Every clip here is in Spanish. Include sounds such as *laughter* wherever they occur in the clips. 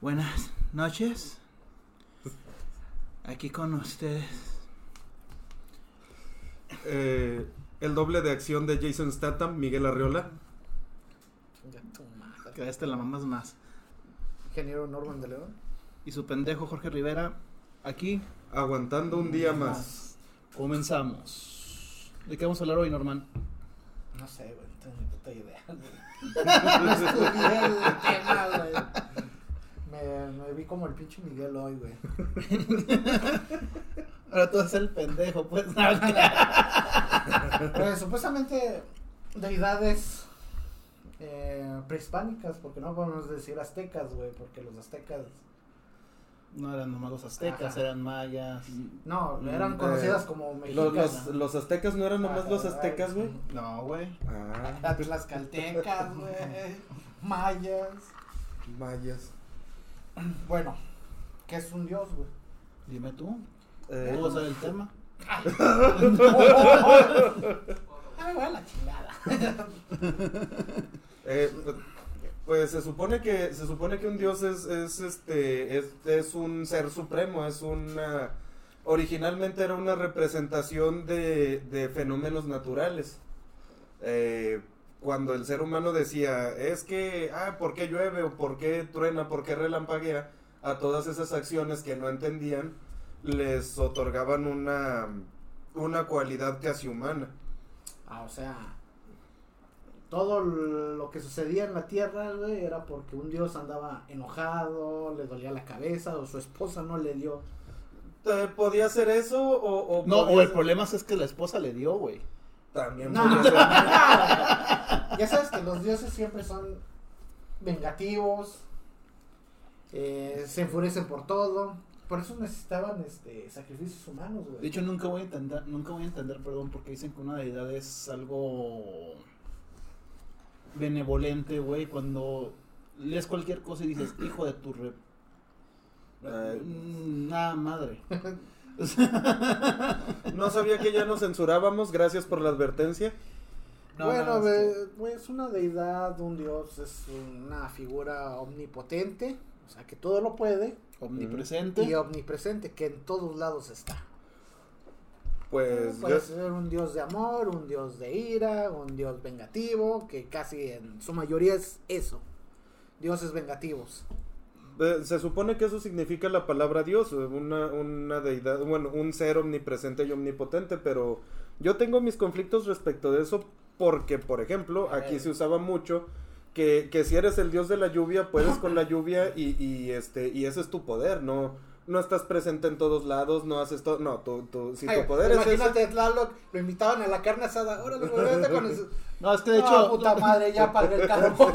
Buenas noches. Aquí con ustedes. Eh, el doble de acción de Jason Statham, Miguel Arriola. Chinga tu madre. Que a este la mamas más. Ingeniero Norman de León. Y su pendejo Jorge Rivera. Aquí Aguantando un día *laughs* más. comenzamos. ¿De qué vamos a hablar hoy, Norman? No sé, güey, no tengo ni *laughs* puta idea, güey. No estudié el tema, güey. Me, me vi como el pinche Miguel hoy, güey. Ahora tú eres el pendejo, pues. Eh, supuestamente deidades eh, prehispánicas, porque no podemos decir aztecas, güey, porque los aztecas No eran nomás los aztecas, Ajá. eran mayas. no Mm, eran eh, conocidas como Los, mexicanas. los, los aztecas no eran nomás los aztecas, güey. No, güey. Ah, Atlascaltecas, *laughs* güey. Mayas. mayas. Bueno, ¿qué es un dios, güey? Dime tú. Eh, ¿Tú vas a ver el tema? *laughs* Ay, güey, Ah, la chingada. eh, pues se supone que se supone que un dios es, es este es, es un ser supremo, es una originalmente era una representación de, de fenómenos naturales. Eh, cuando el ser humano decía, es que, ah, ¿por qué llueve? ¿O por qué truena? ¿Por qué relampaguea? A todas esas acciones que no entendían, les otorgaban una, una cualidad casi humana. Ah, o sea, todo lo que sucedía en la tierra, güey, era porque un dios andaba enojado, le dolía la cabeza, o su esposa no le dio. Eh, ¿Podía ser eso o...? o No, podía o el ser- problema Oh, pues, es que la esposa le dio, güey. También No, podía ser. *laughs* ya sabes que los dioses siempre son vengativos, eh, se enfurecen por todo. Por eso necesitaban este sacrificios humanos, güey. De hecho, nunca voy a entender, nunca voy a entender, perdón, porque dicen que una deidad es algo benevolente, güey, cuando lees cualquier cosa y dices, hijo de tu re... Ay. Mm, Nada, madre. No sabía que ya nos censurábamos, gracias por la advertencia. No, este, bueno, no, güey, es güey, es una deidad, un dios, es una figura omnipotente, o sea, que todo lo puede Omnipresente. y omnipresente, que en todos lados está. Pues Puede yo, ser un dios de amor, un dios de ira, un dios vengativo, que casi en su mayoría es eso. Dioses vengativos. eh, se supone que eso significa la palabra Dios, eh, una, una deidad, bueno, un ser omnipresente y omnipotente, pero yo tengo mis conflictos respecto de eso porque, por ejemplo, A aquí ver. se usaba mucho que, que si eres el Dios de la lluvia, puedes *laughs* con la lluvia y, y, este, y ese es tu poder, no, no estás presente en todos lados, no haces todo, no, tu, tu- si Ay, tu poder es ese, imagínate a Tlaloc, lo invitaban a la carne asada. Órale, güey, vete *laughs* con eso. No, es que de Ah, hecho puta madre, ya pagué el *laughs* carbón.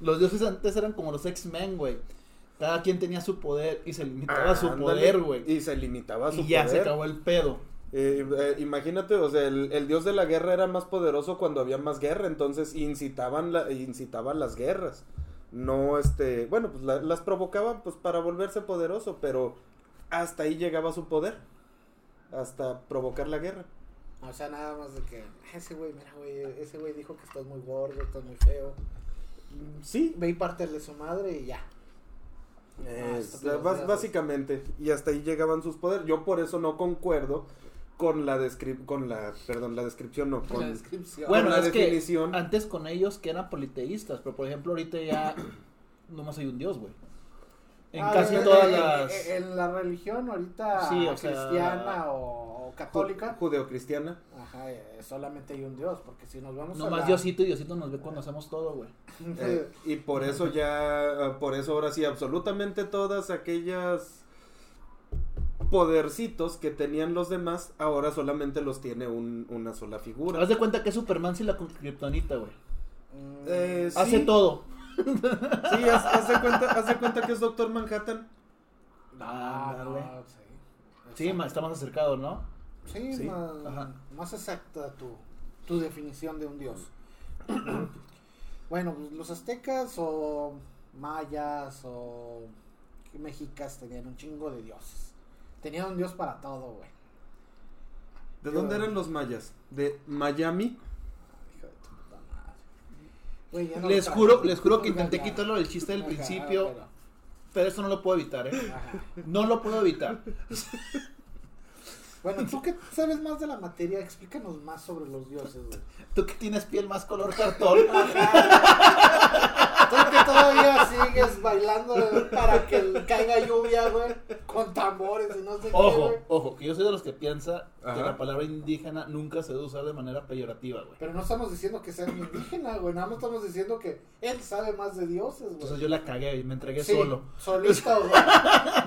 los dioses antes eran como los X-Men, güey. Cada quien tenía su poder y se limitaba a su ándale, poder, güey. Y se limitaba a su Y ya se poder. acabó el pedo. Eh, eh, imagínate, o sea, el, el dios de la guerra era más poderoso cuando había más guerra, entonces incitaban la, incitaban las guerras. No, este, bueno, pues la- las provocaban pues para volverse poderoso, pero hasta ahí llegaba su poder, hasta provocar la guerra. o sea, nada más de que ese güey, mira, güey, ese güey dijo que estás muy gordo, estás muy feo. Sí, Ve y pártele su madre y ya. Ah, es- está bien, bas- gracias. básicamente, y hasta ahí llegaban sus poderes. Yo por eso no concuerdo con la descrip- con la, perdón, la descripción no, La con descripción. Bueno, la es definición. que antes con ellos que eran politeístas, pero por ejemplo ahorita ya *clears throat* nomás hay un dios, güey. En Ah, casi en- todas en- las... En, en la religión ahorita Sí, o sea- cristiana o, o católica, judeocristiana. ajá, eh, solamente hay un Dios, porque si nos vamos a Nomás la- *laughs* Diosito y Diosito nos ve cuando hacemos todo, güey. Eh, y por eso ya, eh, por eso ahora sí, absolutamente todas aquellas podercitos que tenían los demás, ahora solamente los tiene un- una sola figura. Haz de cuenta que es Superman sin la kriptonita, güey. Mm, Eh, Hace sí, todo. Sí, haz, haz de cuenta, haz de cuenta que es Doctor Manhattan. no, ándale. Ah, no, sí. Sí, ma- está más acercado, ¿no? Sí, Sí, ma- ajá. más exacta tu, tu definición de *coughs* un dios. bueno, pues, los aztecas o mayas o mexicas tenían un chingo de dioses. Tenían un dios para todo, güey. ¿De dónde eran los mayas? ¿De Miami? Hijo de tu puta madre. Güey, ya no Les lo juro, traje. les juro que Venga, intenté ya. quitarlo del chiste del Venga, principio. pero- Pero eso no lo puedo evitar, ¿eh? Ajá. No lo puedo evitar. *laughs* Bueno, tú que sabes más de la materia, explícanos más sobre los dioses, güey. Tú que tienes piel más color cartón. Tú que todavía sigues bailando güey, para que caiga lluvia, güey, con tambores y no sé qué, Ojo, güey. ojo, que yo soy de los que piensa que Ajá. la palabra indígena nunca se debe usar de manera peyorativa, güey. Pero no estamos diciendo que sea un indígena, güey. Nada más estamos diciendo que él sabe más de dioses, Entonces güey. yo la cagué y me entregué Sí, solo. solito, güey.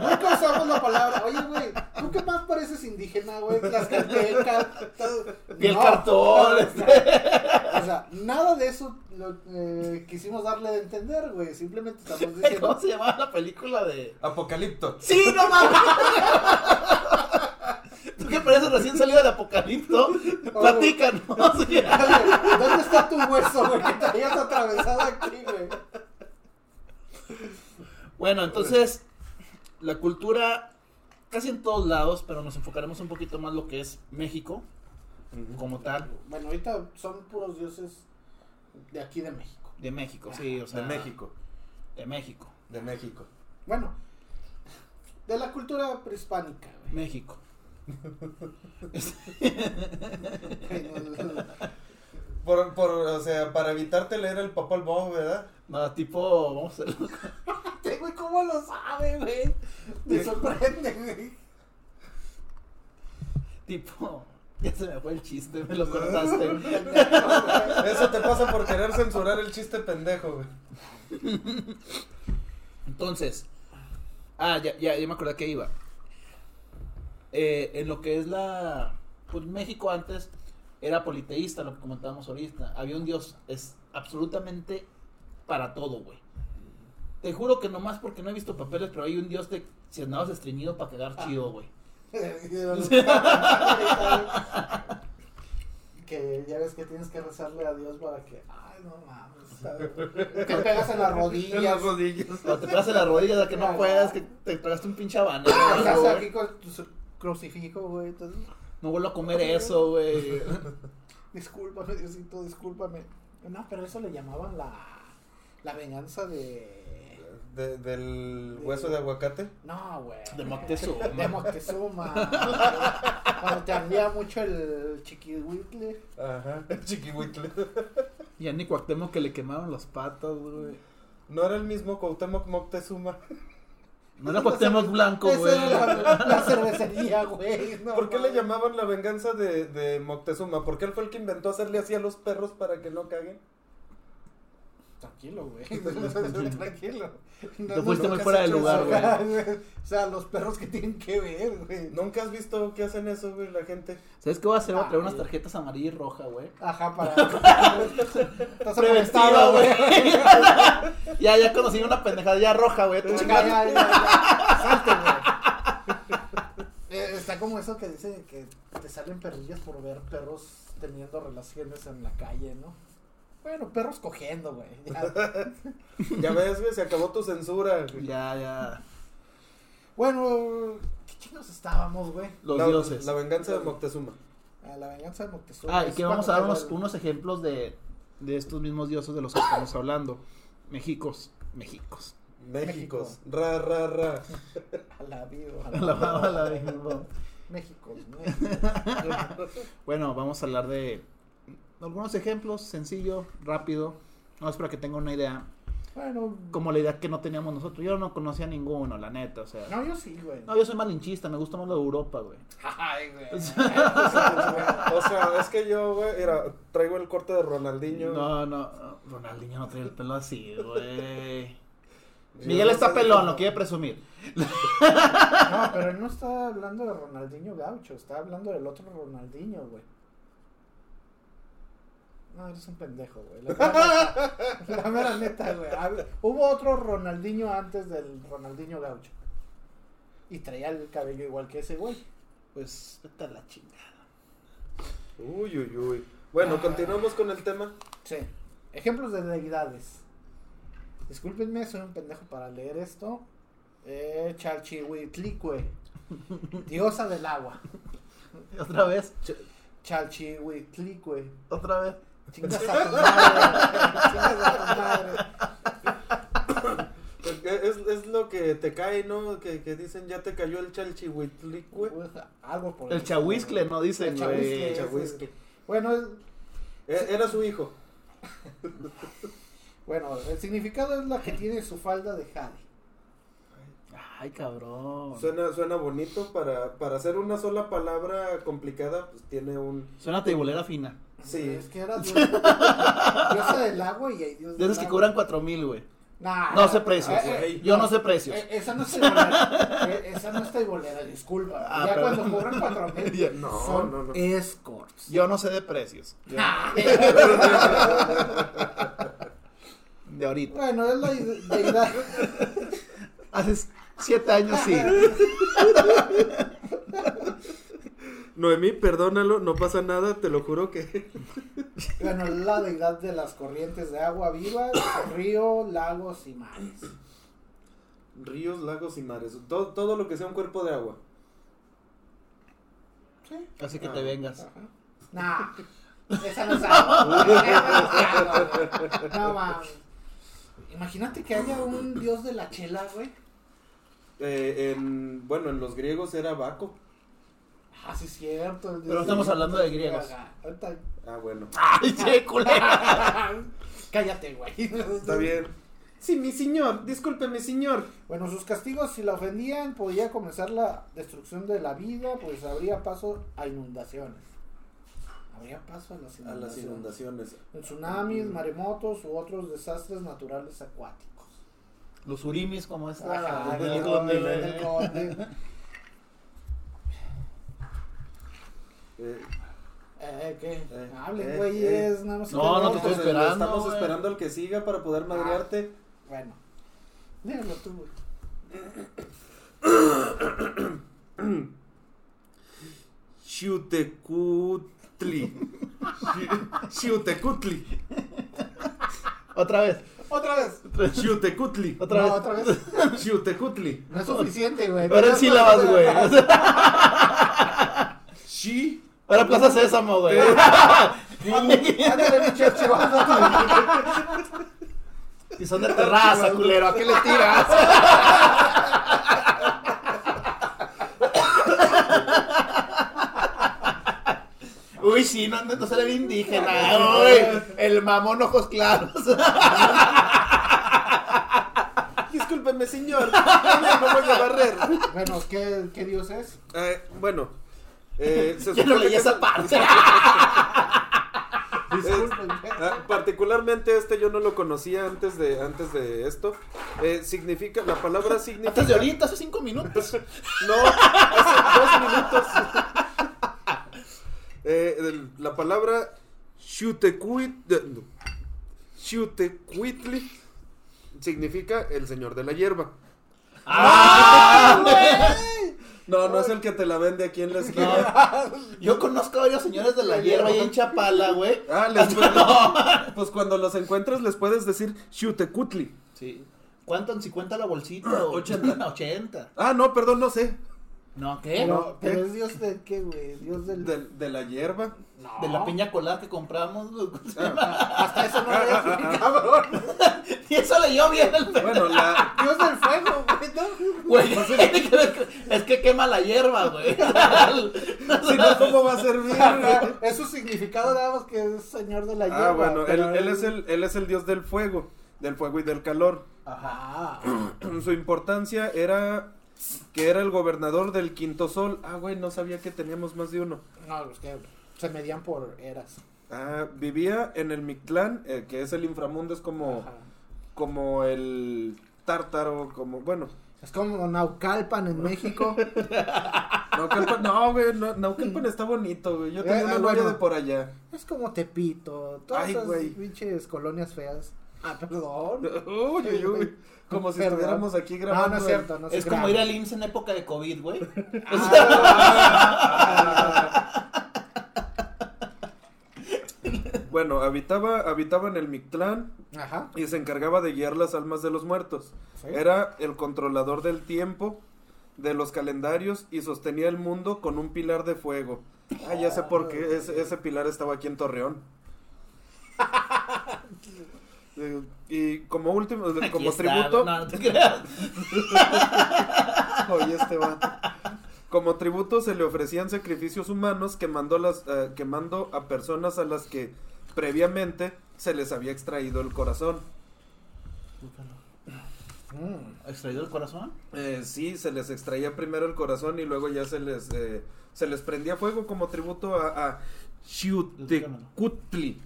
Nunca usamos la palabra. Oye, güey, ¿tú qué más pareces indígena, güey? Tlaxcalteca. todo- Piel No. cartón, este. O sea, nada de eso lo, eh, quisimos darle de entender, güey. *laughs* Simplemente estamos ¿Cómo diciendo. se llamaba la película de.? Apocalipto. ¡Sí, no mames! *laughs* Tú que pareces recién salido del apocalipto, platícanos. Oye, ¿Dónde está tu hueso, güey? Que te hayas atravesado aquí, güey. Bueno, entonces, la cultura casi en todos lados, pero nos enfocaremos un poquito más lo que es México como tal, Bueno, ahorita son puros dioses de aquí de México. de México, sí, o sea, De México. De México, De México. Bueno, de la cultura prehispánica, güey. México. *laughs* Por, por, o sea, para evitarte leer el papal bomb, ¿verdad? No, tipo, vamos a hacerlo. Este güey, ¿cómo lo sabe, güey? Me sorprende, güey. Tipo, ya se me fue el chiste, me lo cortaste. Eso te pasa por querer censurar el chiste pendejo, güey. Entonces, ah, ya, ya, ya me acordé que iba. Eh, en lo que es la. Pues México antes era politeísta, lo que comentábamos ahorita. Había un dios, es absolutamente para todo, güey. Te juro que nomás porque no he visto papeles, pero hay un dios de si andabas estreñido para cagar chido, güey. que ya ves que tienes que rezarle a Dios para que. Ay, no mames. ¿sabes? Que te pegas en las rodillas. En las rodillas. Cuando te pegas en las rodillas de que no Ay, puedas, ay. que te pegaste un pinche habano. Te güey. estás aquí con tu su- crucifijo, güey. Entonces, No vuelvo a comer eso, güey. discúlpame, Diosito, discúlpame. No, pero eso le llamaban la, la venganza de. De- del hueso de aguacate. No, güey. De Moctezuma. De Moctezuma. Cuando te ardía mucho el chiquihuitle. Ajá. *laughs* Chiquihuitle. Y a Nick Cuauhtémoc que le quemaron las patas, güey. No era el mismo Cuauhtémoc Moctezuma. No era Cuauhtémoc Blanco, Esa güey. era la, la cervecería, güey. No, ¿Por qué le mames. llamaban la venganza de, de Moctezuma? Porque él fue el que inventó hacerle así a los perros para que no caguen. Tranquilo, güey. *laughs* Tranquilo. Te fuiste muy nunca fuera has de hecho lugar, eso, *laughs* O sea, los perros que tienen que ver, güey. ¿Nunca has visto que hacen eso, güey, la gente? ¿Sabes qué voy a hacer? Voy a traer Ay. unas tarjetas amarilla y roja, güey. *laughs* Ajá, para. Estás amonestado, güey. *laughs* ya, ya conocí una pendejada ya roja, güey. Tú Ya, chingas. ya, ya, ya. Salte, güey. *laughs* Eh, Está como eso que dicen que te salen perrillas por ver perros teniendo relaciones en la calle, ¿no? Bueno, perros cogiendo, güey. Ya. Ya ves, güey, se acabó tu censura. güey. Ya, ya. Bueno, ¿qué chingos estábamos, güey? Los La- dioses. La venganza de Moctezuma. A la venganza de Moctezuma. Ah, y Es que vamos a cuando dar te- unos, unos ejemplos de, de estos mismos dioses de los que estamos hablando. Méxicos. Méxicos. México. México. Ra, ra, ra. *laughs* A la *laughs* viva. Alabado, alabado. México, México. Bueno, vamos a hablar de algunos ejemplos, sencillo, rápido. No es para que tenga una idea. Bueno, Como la idea que no teníamos nosotros. Yo no conocía ninguno, la neta, o sea. no, yo sí, güey. No, yo soy malinchista, me gusta más lo de Europa, güey. Ay, güey. *laughs* O sea, es que yo, güey, mira, traigo el corte de Ronaldinho. No, no, Ronaldinho no trae el pelo así, güey. Yo Miguel no está sé pelón, cómo. lo quiere presumir. No, pero él no está hablando de Ronaldinho Gaucho, está hablando del otro Ronaldinho, güey. No, eres un pendejo, güey. La mera neta, la mera neta, güey. Hab- Hubo otro Ronaldinho antes del Ronaldinho Gaucho. Y traía el cabello igual que ese, güey. Pues, vete a la chingada. Uy, uy, uy. Bueno, continuamos con el tema. Sí. Ejemplos de deidades. Discúlpenme, soy un pendejo para leer esto. Eh, Chalchihuitlicue, diosa del agua. Otra vez, Chalchihuitlicue, otra vez. chingas a tu madre. chingas a tu madre. Pues, eh, Es, es lo que te cae, ¿no? Que, que dicen ya te cayó el chalchihuitlicue. Algo por El chahuiscle, no dicen, El güey. chahuiscle. Bueno, es- E- Era su hijo. bueno, el significado es la que tiene su falda de jade. Ay, cabrón. Suena, Suena, suena bonito para, para hacer una sola palabra complicada, pues tiene un... tribulera fina. Sí, Es que era dios- diosa del agua y hay dios De esas del que agua. cobran cuatro mil, güey. Nah, No sé precios. eh, eh, Yo Ah, no sé precios. eh, esa no es teibolera, eh, esa no es teibolera, disculpa. Ah, ya perdón. cuando cobran cuatro *laughs* mil Ya, no, son no, no. escorts. Yo no sé de precios. Yo- De ahorita. Bueno, es la de- deidad. Hace siete años sí. Noemí, perdónalo, no pasa nada, te lo juro que... *laughs* Bueno, es la deidad de las corrientes de agua viva, río, lagos y mares. Ríos, lagos y mares, todo, todo lo que sea un cuerpo de agua. ¿Sí? Así que Ah. te vengas. Ajá. Nah, esa no es *laughs* agua. Esa no es agua, güey. No mames. Imagínate que haya un dios de la chela, güey. Eh, en, bueno, en los griegos era Baco. Ah, sí, es cierto. el dios Pero estamos hablando de griegos. Ahorita- Ah, bueno. Ay, che, culera. *laughs* Cállate, güey. Está bien. Sí, mi señor, disculpe, mi señor. Bueno, sus castigos, si la ofendían, podía comenzar la destrucción de la vida, pues habría paso a inundaciones. Habría paso a las A inundaciones. las inundaciones. Tsunamis, maremotos u otros desastres naturales acuáticos. Los urimis, como es Ajá, la. Ah, el del conde, conde, el güey. del conde. Eh, Eh, ¿qué? Eh, Hablen, eh, güey, eh. es nada más. No, que- no te estoy pues, esperando, Estamos güey. Ah. esperando al que siga para poder madrearte. Bueno, léelo tú, güey. *laughs* Xiutecutli. Xiutecutli. Otra vez. Otra vez. Xiutecutli. Otra No, vez. otra vez. Xiutecutli. No es suficiente, güey. *laughs* Ahora en sílabas, güey. Xi. Ahora Plaza Sésamo, güey. *laughs* Ándale, muchacho. ándale. *laughs* Y son de terraza, culero. ¿A qué le tiras? *laughs* Uy, sí, no, no será bien indígena. Uy, el mamón ojos claros. Ah, Discúlpeme, señor. No me voy a barrer. Bueno, ¿qué, ¿qué dios es? Eh, bueno. Eh, *laughs* *laughs* se Yo no supone leí que esa se- parte. Disculpen. *laughs* Ah, particularmente este yo no lo conocía antes de antes de esto. Eh, significa la palabra significa *laughs* Antes de ahorita, hace cinco minutos. No, hace dos minutos. *laughs* Eh, el- la palabra Xutecuit- de- no. Xutecuitli significa el señor de la hierba. No, no es el que te la vende aquí en la esquina. Yo conozco a varios señores de la hierba ahí en Chapala, güey. Ah, les puedes- pues cuando los encuentras les puedes decir Xutecutli. Sí. ¿Cuánto en 50 la bolsita? *clears throat* 80. 80. Ah, no, perdón, no sé. No, ¿qué? Pero, ¿eh? pero es dios de qué, güey? Dios del. De, de la hierba. Ah. No. De la piña colada que compramos. güey. *laughs* Hasta eso no lo había *laughs* cabrón. Y eso leyó bien el pe- *laughs* Bueno, la, Dios del fuego, güey, ¿no? Güey, *laughs* es que quema la hierba, güey. *laughs* si no, ¿cómo va a servir? güey? *laughs* Es su significado, nada más que es señor de la hierba. Ah, bueno, él, pero él es el, él es el dios del fuego, del fuego y del calor. *clears throat* Ajá. Su importancia era que era el gobernador del quinto sol. Ah, güey, no sabía que teníamos más de uno. No, los que se medían por eras. Ah, vivía en el Mictlán, eh, que es el inframundo, es como, Ajá. como el tártaro, como, bueno. Es como Naucalpan en México. Naucalpan, no, güey, no, Naucalpan está bonito, güey. Yo tenía Eh, una ah, novia bueno. de por allá. *laughs* es como Tepito. Todas Ay, esas güey. pinches colonias feas. Ah, perdón. *laughs* Uy, uy, uy. Como si Perdón. estuviéramos aquí No, grabando. no es cierto. No se Es como crean. ir al IMSS en época de COVID, güey. *laughs* el- Bueno, habitaba, habitaba en el Mictlán Ajá. y se encargaba de guiar las almas de los muertos. sí. Era el controlador del tiempo, de los calendarios y sostenía el mundo con un pilar de fuego. Ah, ya sé por qué. Ese, ese pilar estaba aquí en Torreón. Eh, Y como último, eh, como está, tributo, No, no te creas. *laughs* Oye, este vato. Como tributo se le ofrecían sacrificios humanos quemando, las, eh, quemando a personas a las que previamente se les había extraído el corazón. Mm. ¿Extraído el corazón? Eh, sí, se les extraía primero el corazón y luego ya se les, eh, se les prendía fuego como tributo a, a Xiuhtecutli.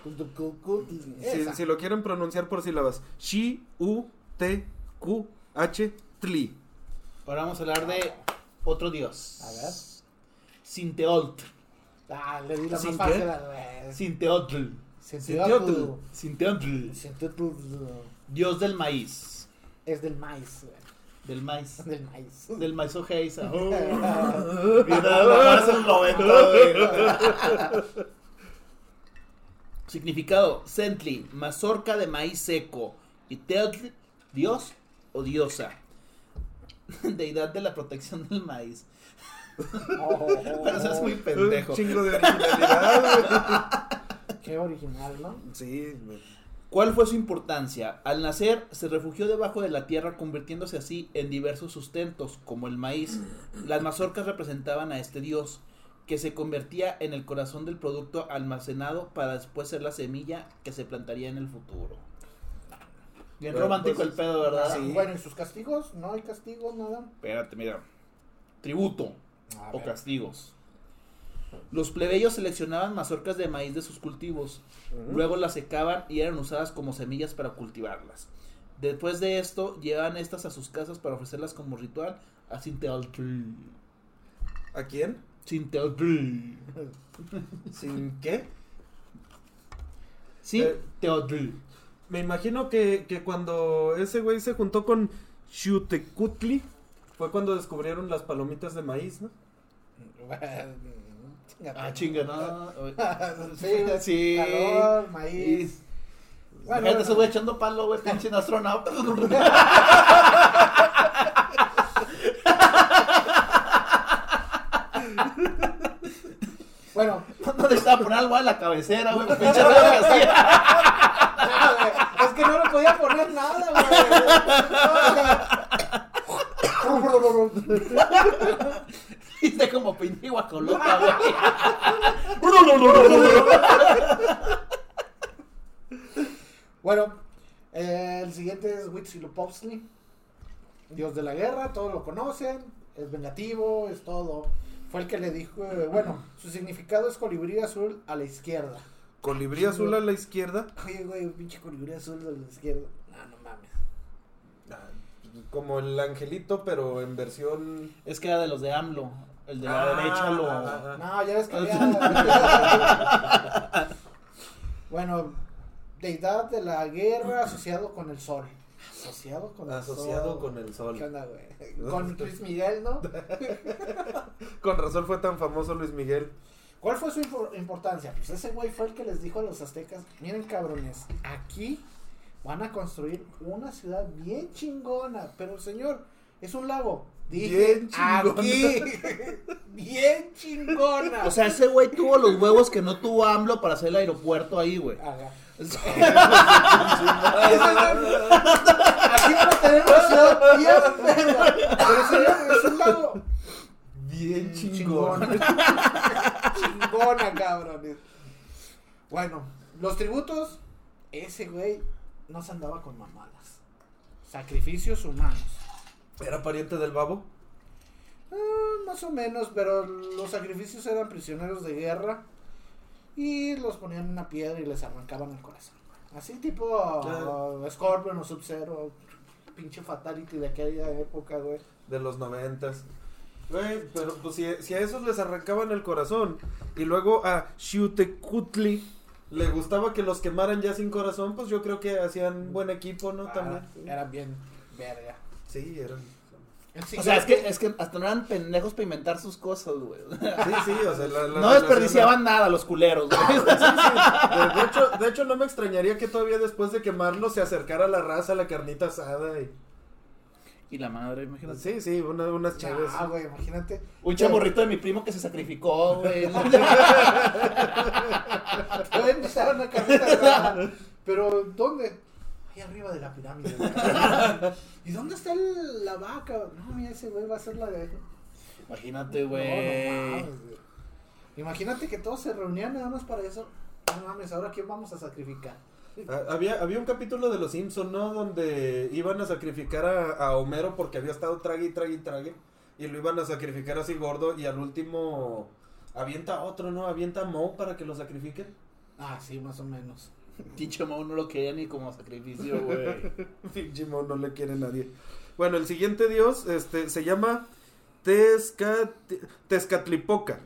Si, Esa. si lo quieren pronunciar por sílabas. Xiuhtecutli. Ahora vamos a hablar de otro dios. A ver. Sinteotl. Ah, le di la ¿Sin más qué? fácil al eh, revés. Sinteotl. Sintiotl. Sinteotl. Sintiotl Dios del maíz. es del maíz, güey. Del maíz. Del maíz. Del maíz *laughs* Oh. ojeiza. *laughs* Significado: Centli, mazorca de maíz seco. Y Teotl, dios o diosa. *laughs* Deidad de la protección del maíz. Oh, Pero eso es muy pendejo. Un chingo de originalidad, güey. Qué original, ¿no? Sí, güey. ¿Cuál fue su importancia? Al nacer, se refugió debajo de la tierra, convirtiéndose así en diversos sustentos, como el maíz. Las mazorcas representaban a este dios, que se convertía en el corazón del producto almacenado para después ser la semilla que se plantaría en el futuro. Bien Bueno, romántico pues, el pedo, ¿verdad? sí. Bueno, ¿y sus castigos? No hay castigos, nada. Espérate, mira. Tributo A o ver. castigos. Los plebeyos seleccionaban mazorcas de maíz de sus cultivos, Ujú. Luego las secaban y eran usadas como semillas para cultivarlas. Después de esto, llevaban estas a sus casas para ofrecerlas como ritual a Sinteotl. ¿A quién? Sinteotl. Eh. ¿Sin qué? Sinteotl. Me imagino que, que cuando ese güey se juntó con Xutecutli fue cuando descubrieron las palomitas de *laughs* maíz, ¿no? Chingate. Ah, chinga, no. *laughs* Sí, sí. Calor, Y- maíz. Bueno, Imagínate ese bueno. güey echando palo, güey, pinche astronauta. *laughs* Bueno, No le estaba poniendo algo a la cabecera, *laughs* güey, pinche rollo que hacía. *laughs* nada, güey. eh, es que no le podía poner nada, güey. *laughs* No, güey. Viste como pinche guacolota, güey. Bueno, eh, el siguiente es Huitzilopochtli, dios de la guerra, todos lo conocen, es vengativo, es todo. Fue el que le dijo, eh, bueno, su significado es colibrí azul a la izquierda. Colibrí azul a la izquierda, Oye, güey, pinche colibrí azul a la izquierda. No, no mames. como el angelito, pero en versión... Es que era de los de AMLO. El de la Ah, derecha lo. ah, ah, No, ya ves que había- *laughs* bueno, deidad de la guerra asociado con el sol. Asociado con el Asociado sol. con el ¿Qué sol. onda, güey? *laughs* Con Luis Miguel, ¿no? Con razón fue tan famoso Luis *laughs* Miguel. ¿Cuál fue su infor- importancia? Pues ese güey fue el que les dijo a los aztecas, miren cabrones, aquí van a construir una ciudad bien chingona, pero señor, es un lago. Dije, Bien chingona. aquí, *laughs* bien chingona. O sea, ese güey tuvo los huevos que no tuvo AMLO para hacer el aeropuerto ahí, güey. Ajá. Sí. Ese güey, aquí van a tener una ciudad bien verga, pero señor, es un lago Bien *laughs* *laughs* Chingona, cabrones. Bueno, los tributos, ese güey no se andaba con mamadas. Sacrificios humanos. ¿Era pariente del babo? Ah, más o menos, pero los sacrificios eran prisioneros de guerra y los ponían en una piedra y les arrancaban el corazón. Así tipo ah, Scorpion o Sub-Zero, pinche fatality de aquella época, güey. De los noventas. Güey, pero pues si, si a esos les arrancaban el corazón y luego a Xiutecutli le gustaba que los quemaran ya sin corazón, pues yo creo que hacían buen equipo, ¿no? Ah, También. Eran bien verga. Sí, eran. El O sea, es que, es que hasta no eran pendejos para inventar sus cosas, güey. Sí, sí, o sea, la- No la relación- desperdiciaban nada los culeros, güey. Sí, sí. De, de hecho, de hecho, no me extrañaría que todavía después de quemarlo se acercara la raza a la carnita asada. Y... Y la madre, imagínate. Sí, sí, una- unas chaves. Ah, güey, imagínate. Un chamorrito de mi primo que se sacrificó, güey. *laughs* *laughs* Pueden empezar una carnita asada, Pero, ¿dónde? Ahí arriba de la pirámide. güey. ¿Y dónde está el- la vaca? No, mira, ese güey va a ser la de... Imagínate, No, no güey. mames, güey. Imagínate que todos se reunían nada más para eso. No mames, ¿ahora quién vamos a sacrificar? Ha- Ah, Había, había un capítulo de Los Simpson, ¿no? Donde iban a sacrificar a, a Homero porque había estado trague y trague y trague. Y lo iban a sacrificar así gordo. Y al último avienta otro, ¿no? Avienta a Mo para que lo sacrifiquen. Ah, sí, más o menos. Pinche Mau no lo quería ni como sacrificio, güey. *laughs* Pinche Mo no le quiere nadie. Bueno, el siguiente dios este, se llama Tezca- Tezcatlipoca.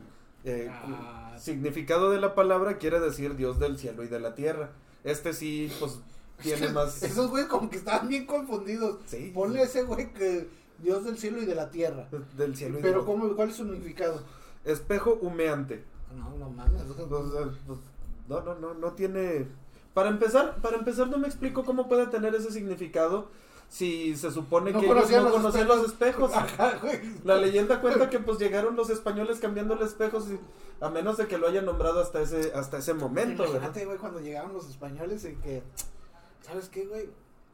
Eh, Ah, Significado de la palabra quiere decir dios del cielo y de la tierra. Este sí, *laughs* pues tiene más. Esos güeyes como que estaban bien confundidos. Sí. Ponle a ese güey que Dios del cielo y de la tierra. Del cielo y de Pero la- ¿cómo, ¿cuál es su significado? Espejo humeante. No, no mames. O sea, pues, No, no, no, no tiene. Para empezar, para empezar no me explico cómo puede tener ese significado si se supone No que ellos conocían no los conocían los espejos. Ajá, güey. La leyenda cuenta que pues llegaron los españoles cambiándole espejos y- a menos de que lo hayan nombrado hasta ese hasta ese momento, ¿verdad? Imagínate, güey, cuando llegaron los españoles y que, ¿sabes qué, güey?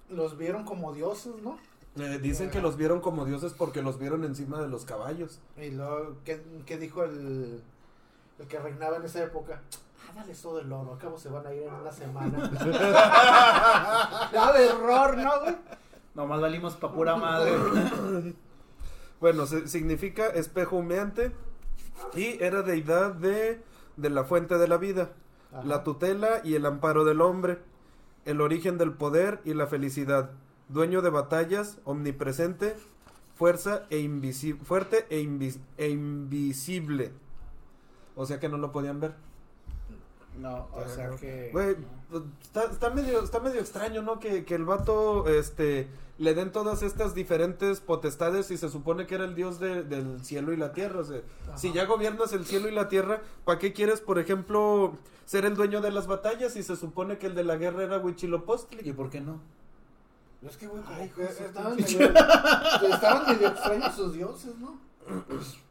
Los vieron como dioses, ¿no? Eh, dicen que los vieron como dioses porque los vieron encima de los caballos. Y luego, ¿qué, qué dijo el, el que reinaba en esa época? Ah, dale todo el oro, acabo se van a ir en *laughs* una semana. Grave error, ¿no, güey? Nomás valimos pa' pura madre. Bueno, se- significa espejo humeante y era deidad de, de la fuente de la vida, Ajá. la tutela y el amparo del hombre, el origen del poder y la felicidad, dueño de batallas, omnipresente, fuerza e invisi- fuerte e, invis- e invisible. O sea que no lo podían ver. No, o sea Eh, que. Güey, pues, está, está medio, está medio extraño, ¿no? Que, que el vato este, le den todas estas diferentes potestades y se supone que era el dios de- del cielo y la tierra. o sea, si ya gobiernas el cielo y la tierra, ¿para qué quieres, por ejemplo, ser el dueño de las batallas y se supone que el de la guerra era ¿Y Huichilopostli? por qué no? Es que, güey, Ay, como hijo que de su estaban pinche- medio, estaban medio extraños sus dioses, ¿no? Pues...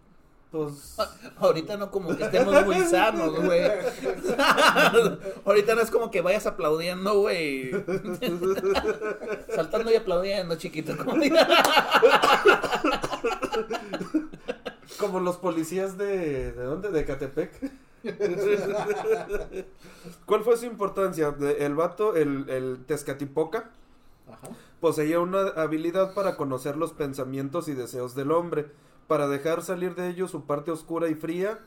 Ahorita no como que estemos muy sanos, *laughs* güey. Ahorita no es como que vayas aplaudiendo, güey. Saltando y aplaudiendo, chiquito. como diga. Como los policías de... ¿De dónde? De Catepec. *laughs* ¿Cuál fue su importancia? De- el vato, el, el Tezcatipoca, Ajá. poseía una habilidad para conocer los pensamientos y deseos del hombre, para dejar salir de ellos su parte oscura y fría,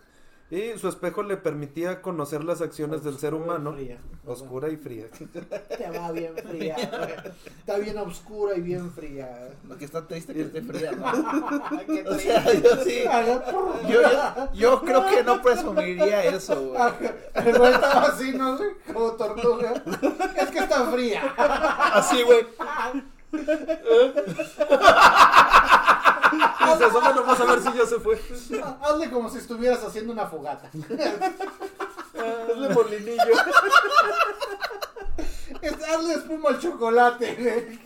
y su espejo le permitía conocer las acciones del ser humano. Fría. Oscura y fría. Te va bien fría, güey. Está bien oscura y bien fría. Lo que está triste que esté fría, ¿no? Qué O sea, yo *laughs* sí. Yo, yo, yo creo que no presumiría eso, güey. El güey estaba así, ¿no? sé, Como tortuga. Es que está fría. Así, güey. Y se asoma nomás a ver si ya se fue. Hazle como si estuvieras haciendo una fogata. Hazle molinillo. Es- hazle espuma al chocolate,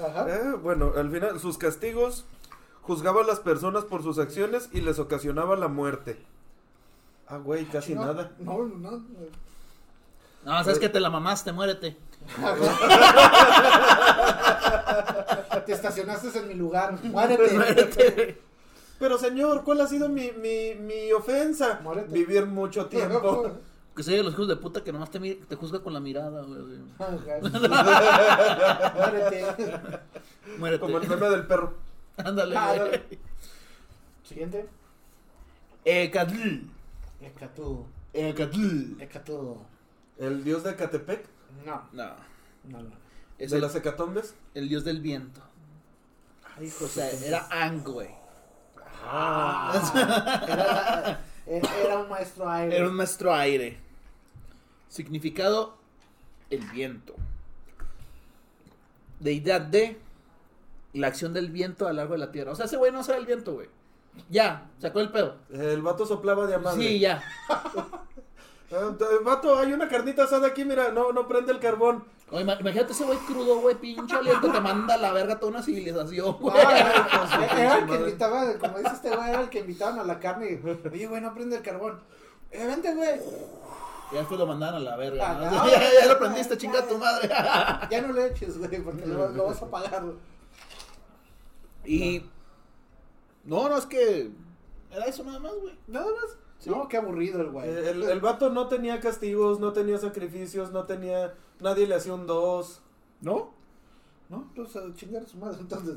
güey. Ajá. Eh, bueno, al final, sus castigos juzgaba a las personas por sus acciones y les ocasionaba la muerte. Ah, güey, casi No, nada. No, no. No, sabes que te la mamaste, muérete. Te estacionaste en mi lugar. Muérete. Pero señor, ¿cuál ha sido mi, mi, mi ofensa? Muérete. Vivir mucho tiempo. Que soy de los hijos de puta que nomás te, mi- te juzga con la mirada, güey. Muérete. Muérete. Como el meme del perro. *laughs* Ándale, Ah, güey. dale. Siguiente. Eh, Catl. Ecatú. Eh, Catl. Ecatú. El dios de Catepec, No, No. no, no. Es de el, las hecatombes. el dios del viento. o sea, era Ang, güey. Ah, era, era- E, era un maestro aire. Era un maestro aire. Significado, el viento. Deidad de la acción del viento a lo largo de la tierra. O sea, ese güey no sabe el viento, güey. Ya, sacó el pedo. El vato soplaba de amadre. Sí, ya. Ah, t- vato, hay una carnita asada aquí, mira, no, no prende el *laughs* carbón. O ima- imagínate ese güey crudo, güey, pinche aliento, te manda a la verga toda una civilización, güey. Ah, Güey. era el que Madre. invitaban, como dice este güey, era el que invitaban a la carne. Oye, güey, no prende el carbón. Eh, vente, güey. Y después lo mandaron a la verga. ¿no? Ah, *laughs* no. ya, ya lo aprendiste, chinga tu madre. *laughs* Ya no le eches, güey, porque lo, lo vas a pagar. y. No, no, es que. Era eso nada más, güey. Nada más. No, qué aburrido el güey. Eh, El, el vato no tenía castigos, no tenía sacrificios, no tenía. Nadie le hacía un dos. ¿No? No, entonces a chingar a su madre. Entonces,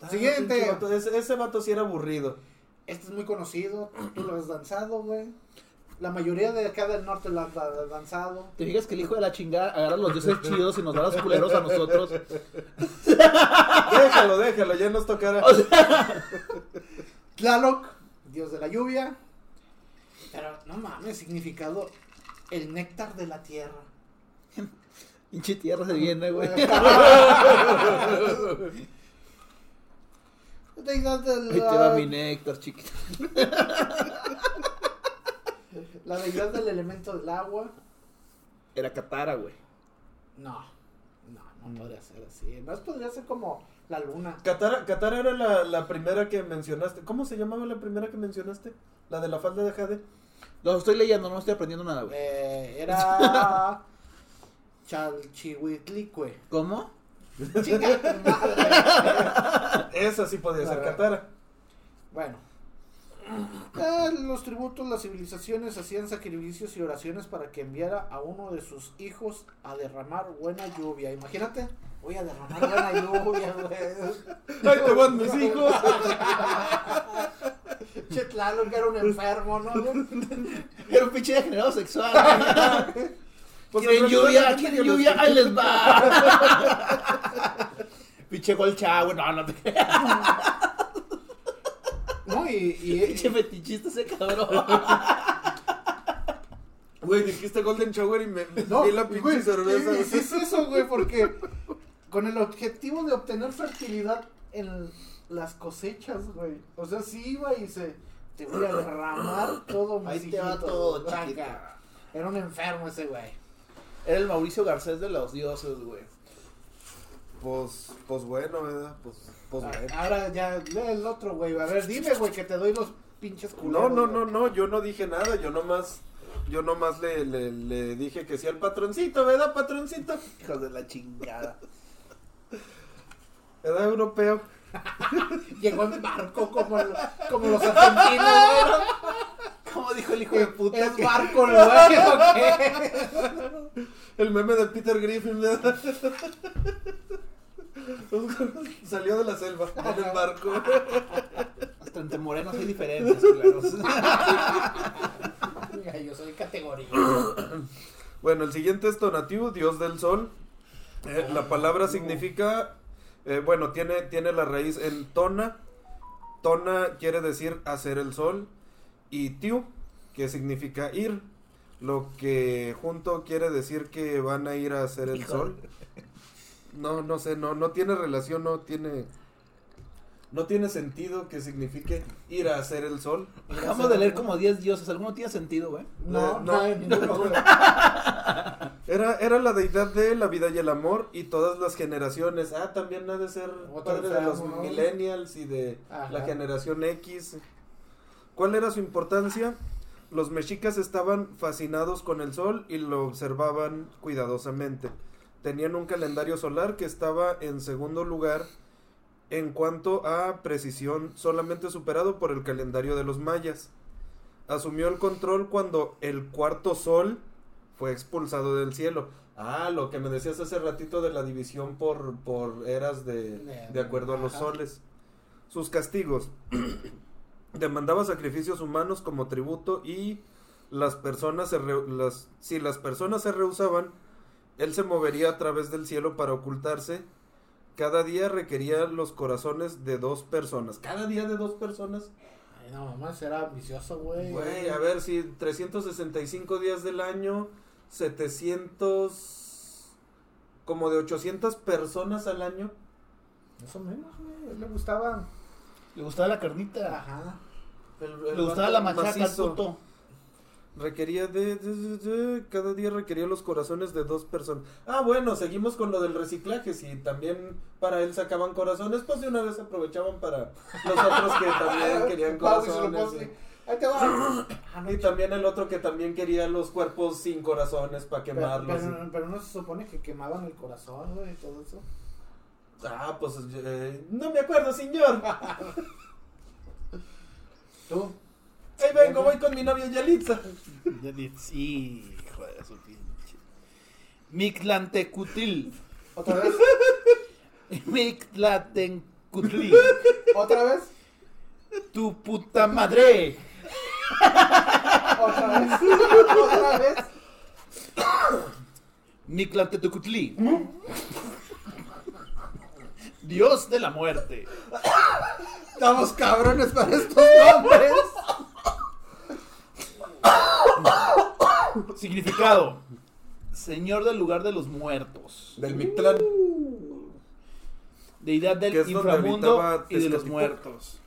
Ah, Siguiente. pinche vato, Ese, ese vato sí era aburrido. *laughs* este es muy conocido. Tú lo has danzado, güey. La mayoría de acá del norte lo han da- danzado. ¿Te fijas que el hijo de la chingada agarra los dioses chidos y nos da los culeros a nosotros? Déjalo, déjalo, ya nos tocará. O sea, *laughs* Tlaloc, dios de la lluvia. Pero no mames, significado el néctar de la tierra. pinche tierra se viene, *laughs* güey. Deidad de Ahí te va mi la, néctar, chiquito. la deidad del elemento del agua. Era Catara, güey. No, no, Mm. no podría ser así. Más podría ser como la luna. Qatar, Qatar era la, la primera que mencionaste. ¿Cómo se llamaba la primera que mencionaste? La de la falda de Jade. Los estoy leyendo, no estoy aprendiendo nada, güey. Eh, *laughs* era Chalchihuitlicue. ¿Cómo? Chinga tu madre. Esa sí podía ser Ah. Katara. Bueno. Eh, los tributos, las civilizaciones hacían sacrificios y oraciones para que enviara a uno de sus hijos a derramar buena lluvia. Imagínate, voy a derramar buena lluvia, güey. ¡Ay, te van mis hijos! Che, Tlaloc era un enfermo, ¿no? Era un pinche degenerado *laughs* sexual. Pues, quieren en lluvia, realidad, fíjate quieren que los- lluvia, ahí les va. *laughs* pinche golcha, güey. No, no te creas. No, y, Pinche *laughs* y, fetichista ese cabrón. *laughs* Güey, dijiste Golden Shower y me, me no, vi la pinche güey, cerveza. y- y sí es eso, güey, porque con el objetivo de obtener fertilidad en las cosechas, güey. O sea, sí iba y se te voy a derramar todo mis Ahí te va hijitos, todo, güey. chiquito. Vaca. Era un enfermo ese güey. Era el Mauricio Garcés de los dioses, güey. Pues, pues bueno, ¿verdad? Pues, pues Ah, bueno. Ahora ya, lee el otro, güey. A ver, dime, güey, que te doy los pinches No, culeros. no, güey. no, no, yo no dije nada, yo nomás, yo nomás le, le, le dije que sí al patroncito, ¿verdad, patroncito? Hijos de la chingada. ¿Verdad, europeo? Llegó en barco como, el- como los argentinos, güey. ¿Cómo dijo el hijo de *laughs* puta? Es barco, güey. ¿o qué? El meme de Peter Griffin, ¿verdad? *laughs* Salió de la selva, en el barco. Hasta entre morenos hay diferencias, claro. *laughs* Mira, yo soy categoría. Bueno, el siguiente es Tonatiuh, dios del sol. Eh, la palabra significa, eh, bueno, tiene, tiene la raíz en tona. Tona quiere decir hacer el sol. Y tiu, que significa ir. Lo que junto quiere decir que van a ir a hacer el Híjole. sol. No, no sé, no, no tiene relación, no tiene... No tiene sentido que signifique ir a hacer el sol. Acabamos de leer como 10 dioses. ¿Alguno tiene sentido, güey? No, Eh, no. no, hay ninguno, güey. Era, era la deidad de la vida y el amor y todas las generaciones. Ah, también ha de ser Otro padre de los enfermo, ¿no? millennials y de Ajá. la generación X. ¿Cuál era su importancia? Los mexicas estaban fascinados con el sol y lo observaban cuidadosamente. Tenían un calendario solar que estaba en segundo lugar en cuanto a precisión, solamente superado por el calendario de los mayas. Asumió el control cuando el cuarto sol fue expulsado del cielo. Ah, lo que me decías hace ratito de la división por, por eras de, De- de acuerdo a los ajá. soles. Sus castigos. *clears throat* Demandaba sacrificios humanos como tributo y las personas se re- las, si las personas se rehusaban, él se movería a través del cielo para ocultarse. Cada día requería los corazones de dos personas. Cada día de dos personas. Ay, no, mamá, era ambicioso, güey. Güey, a ver si 365 días del año, 700, como de 800 personas al año. Más o menos, güey. a él Le gustaba. Le gustaba la carnita. Ajá. El- el Le gustaba vato la machaca al macizo. *laughs* puto. Requería de, de- de- de- Cada día requería los corazones de dos personas. Ah, bueno, seguimos con lo del reciclaje. Si también para él sacaban corazones, pues de una vez aprovechaban para los otros que también *laughs* querían Pau y se lo corazones. postre. sí. Ahí te va. Ah, no, Y también el otro que también quería los cuerpos sin corazones para pero, quemarlos. pero, pero no se supone que quemaban el corazón, güey, y todo eso. Ah, pues eh, no me acuerdo, señor. Tú, Ahí vengo, voy con mi novia Yalitza. Hijo de su pinche. Mictlantecutil. otra *laughs* vez, Mictlantecutil. otra vez, Tu puta madre. otra vez, *laughs* otra vez. Mictlantecutil. Dios de la muerte. Estamos cabrones para estos nombres. Significado. Señor del lugar de los muertos. Del Mictlán. Deidad del Que es donde inframundo habitaba y de los Tezcatlipoca. muertos.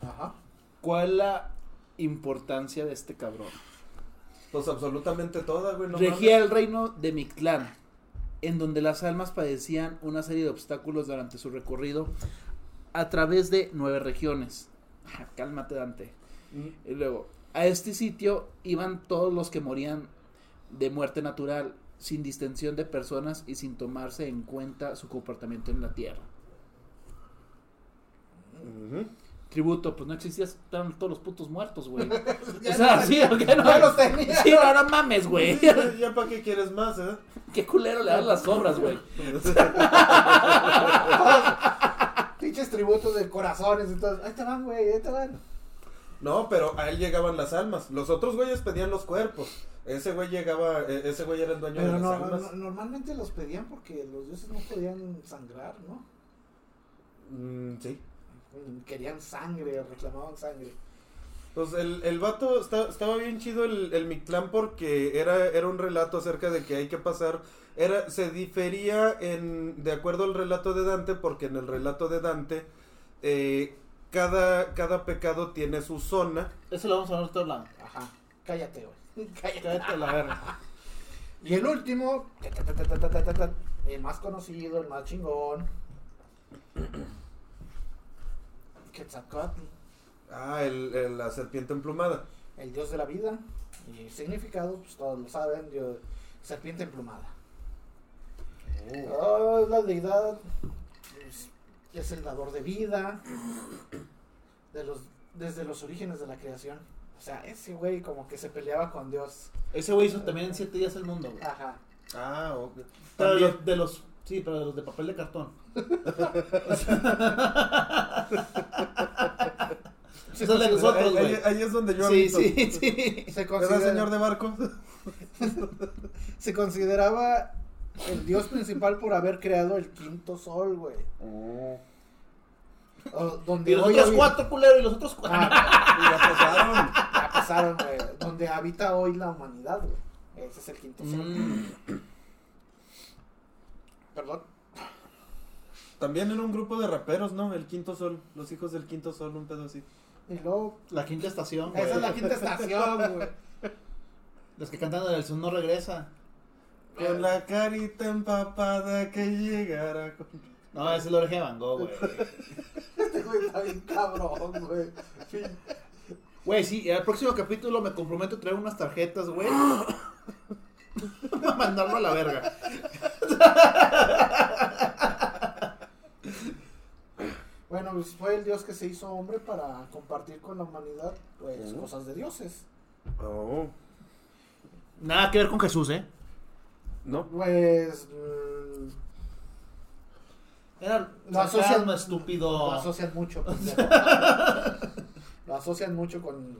Ajá. ¿Cuál es la importancia de este cabrón? Pues absolutamente toda, güey. No Regía el reino de Mictlán, en donde las almas padecían una serie de obstáculos durante su recorrido a través de nueve regiones. Ah, Cálmate, Dante. mames. Y luego, a este sitio iban todos los que morían de muerte natural, sin distensión de personas y sin tomarse en cuenta su comportamiento en la tierra. Ujú. Tributo, pues no existían todos los putos muertos, güey. o *laughs* Ya sea, no- sí, ¿o qué no? ya los tenía. Sí, no, no mames, *laughs* güey. Ya, ya para qué quieres más, ¿eh? *laughs* Qué culero le dan las obras, güey. Pinches tributos de corazones y todo. Ahí te van, güey, ahí te van. No, pero a él llegaban las almas. Los otros güeyes pedían los cuerpos. Ese güey llegaba, e- ese güey era el dueño Pero de las no, almas. no- normalmente los pedían porque los dioses no podían sangrar, ¿no? Mm, sí. Querían sangre, reclamaban sangre. Pues el, el vato está- estaba bien chido el, el Mictlán porque era, era un relato acerca de que hay que pasar. Era, se difería en, de acuerdo al relato de Dante, porque en el relato de Dante, eh, cada, cada pecado tiene su zona. Eso lo vamos a ver todo lado. Ajá. Cállate, güey. *laughs* Cállate. Cállate a la verga. Y el último, ta, ta, ta, ta, ta, ta, ta, ta, el más conocido, el más chingón. Quetzalcóatl, Ah, el, el- la serpiente emplumada. el dios de la vida. Y significado, pues todos lo saben, dios- serpiente emplumada. Oh. Ah, la deidad pues, es el dador de vida de los, desde los orígenes de la creación. O sea, ese güey como que se peleaba con Dios. Ese güey hizo también en 7 días el mundo, güey. Ajá. Ah, ok. Pero de También- los, de los- sí, pero de los de papel de cartón. Se, Eso es de considera- nosotros, ahí, ahí- güey. ahí es donde yo Sí, habito. sí, sí. se ¿Verdad, considera- señor de barco? *laughs* se consideraba el dios principal por haber creado el quinto sol, güey. Oh. O- Y donde los hoy otros habi- cuatro, culero, y los otros cuatro. Ah, Y la pasaron. ya pasaron, güey. Donde habita hoy la humanidad, güey. Ese es el quinto sol. Mm. Perdón. También era un grupo de raperos, ¿no? El Quinto Sol, los hijos del Quinto Sol, un pedo así. Y luego. La quinta estación, güey. Esa es la quinta estación, güey. Los que cantan el Zoom no regresa. Con la carita empapada que llegara con... No, ese es el oreja de Van Gogh, güey. Este güey está bien cabrón, güey. Fin. Güey, sí, al próximo capítulo me comprometo a traer unas tarjetas, güey. *laughs* Para mandarlo a la verga. Bueno, pues fue el dios que se hizo hombre para compartir con la humanidad, pues, cosas de dioses. Oh, Nada que ver con Jesús, ¿eh? no. Pues. mm, Era Lo asocian- sarcasmo, estúpido. Lo asocian mucho. *laughs* pendejo. lo asocian mucho con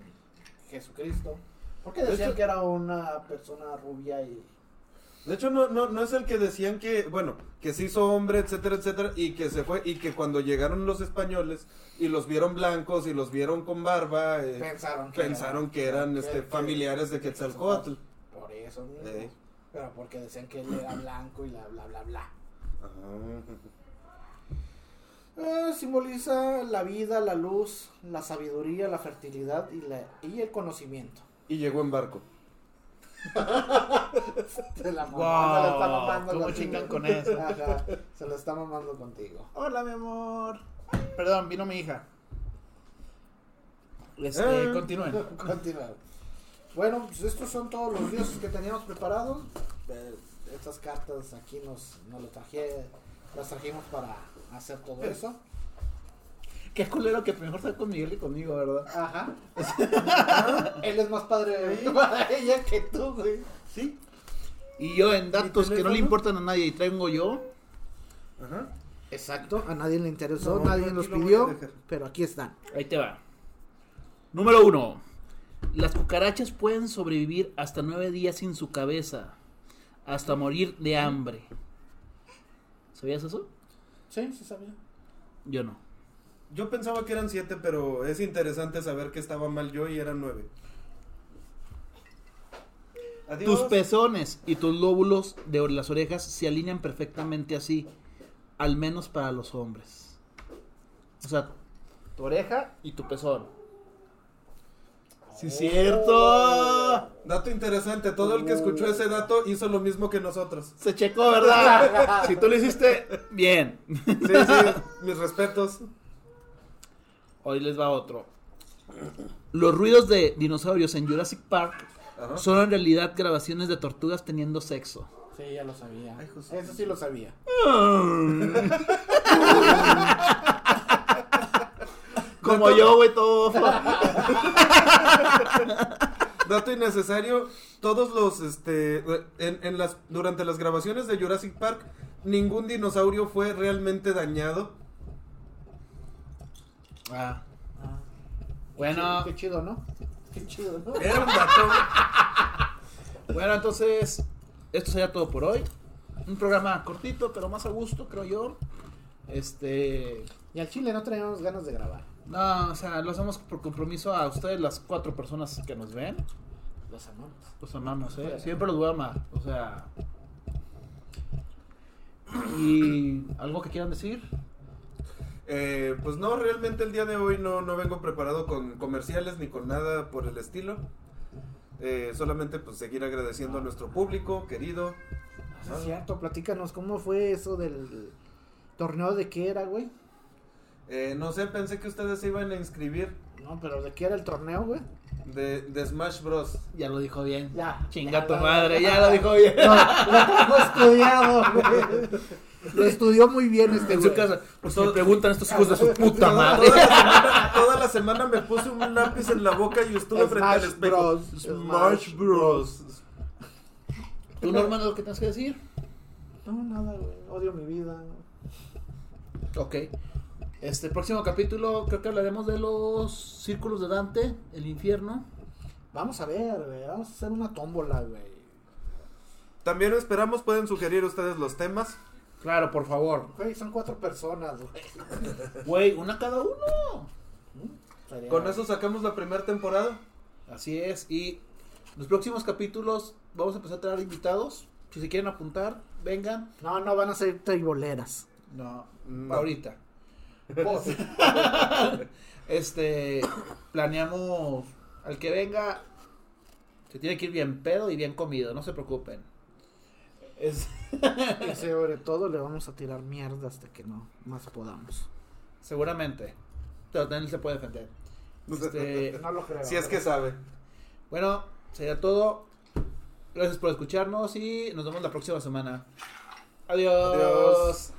Jesucristo. Porque De decían hecho- que era una persona rubia y. De hecho, no, no, no es el que decían que, bueno, que se hizo hombre, etcétera, etcétera, y que se fue, y que cuando llegaron los españoles y los vieron blancos y los vieron con barba, eh, Pensaron que pensaron que eran este, que- familiares de que- Quetzalcóatl. Por eso mismo. Eh. Pero porque decían que él era blanco y la bla bla bla. Ah. Eh, simboliza la vida, la luz, la sabiduría, la fertilidad y, la, y el conocimiento. *laughs* Y llegó en barco. Se la mamó, Guau, se la está mamando ¿cómo contigo. chingan con eso? *laughs* Ajá, se la está mamando contigo. *laughs* Hola, mi amor. Perdón, vino mi hija. Este, Eh. Continúen. Continúa. Bueno, pues estos son todos los dioses que teníamos preparados. Eh, estas cartas aquí nos, nos lo traje- las trajimos para hacer todo eso. Qué culero que mejor sea con Miguel y conmigo, ¿verdad? Ajá. *laughs* Él es más padre de *laughs* para ella que tú, güey. Sí. Y yo en datos que no le teléfono? importan a nadie y traigo yo. Ajá. Exacto, a nadie le interesó, No, nadie yo los aquí lo voy a pidió, dejar. pero aquí están. Ahí te va. Número uno. Las cucarachas pueden sobrevivir hasta nueve días sin su cabeza. Hasta morir de hambre. ¿Sabías eso? Sí, sí sabía. Yo no. Yo pensaba que eran siete, pero es interesante saber que estaba mal yo y eran nueve. Adiós. Tus pezones y tus lóbulos de las orejas se alinean perfectamente así, al menos para los hombres. O sea, tu oreja y tu pezón. Sí, cierto. Dato interesante, todo el que escuchó ese dato hizo lo mismo que nosotros. *laughs* Se checó, *laughs* ¿verdad? si tú lo hiciste, bien. Sí, sí, mis respetos. Hoy les va otro. Los ruidos de dinosaurios en Jurassic Park Ajá. son en realidad grabaciones de tortugas teniendo sexo. Sí, ya lo sabía. Ay, José. Eso sí lo sabía. Como yo, güey, todo. Dato innecesario, todos los, este, en, en las, durante las grabaciones de Jurassic Park, ningún dinosaurio fue realmente dañado. Ah. Bueno, Qué chido, ¿no? Qué chido, ¿no? Era un dato. bueno, entonces, esto sería todo por hoy. Un programa cortito, pero más a gusto, creo yo. Este. Y al chile no teníamos ganas de grabar. No, o sea, lo hacemos por compromiso a ustedes, las cuatro personas que nos ven. Los amamos. Los amamos, ¿eh? Siempre los voy a amar. O sea. ¿Y algo que quieran decir? Eh, pues no, realmente el día de hoy no, no vengo preparado con comerciales ni con nada por el estilo. Eh, solamente pues seguir agradeciendo a nuestro público querido. Ah, Sí, es cierto, platícanos cómo fue eso del torneo de qué era, güey. Eh, no sé, pensé que ustedes se iban a inscribir No, pero de qué era el torneo, güey. de, de Smash Bros. Ya lo dijo bien. Ya. Chinga Ya, tu ya, madre, ya. ya lo dijo *laughs* bien. No, lo tengo estudiado, güey. Lo estudió muy bien este En güey. su casa, por si me preguntan estos hijos de su Ah, puta Toda, madre. toda la semana, toda la semana me puse un lápiz en la boca y estuve frente al Smash espejo. Bros. Smash Bros. ¿Tú, Norman, algo que tienes que decir? No, nada, güey. Odio mi vida. Ok. Este próximo capítulo creo que hablaremos de los círculos de Dante, el infierno. Vamos a ver, güey. Vamos a hacer una tómbola, güey. También esperamos pueden sugerir ustedes los temas. Claro, por favor. Güey, son cuatro personas, güey. Güey, una cada uno. Estaría- Con eso sacamos la primera temporada. Así es. Y los próximos capítulos vamos a empezar a traer invitados. Si se quieren apuntar, vengan. No, no van a ser triboleras. No, No. ahorita. este, planeamos al que venga, se tiene que ir bien pedo y bien comido, no se preocupen. Es- Y sobre todo le vamos a tirar mierda hasta que no más podamos. seguramente, pero también se puede defender. Este, No lo creo. Eh, Si es que sabe. bueno, sería todo. Gracias por escucharnos y nos vemos la próxima semana. Adiós. Adiós.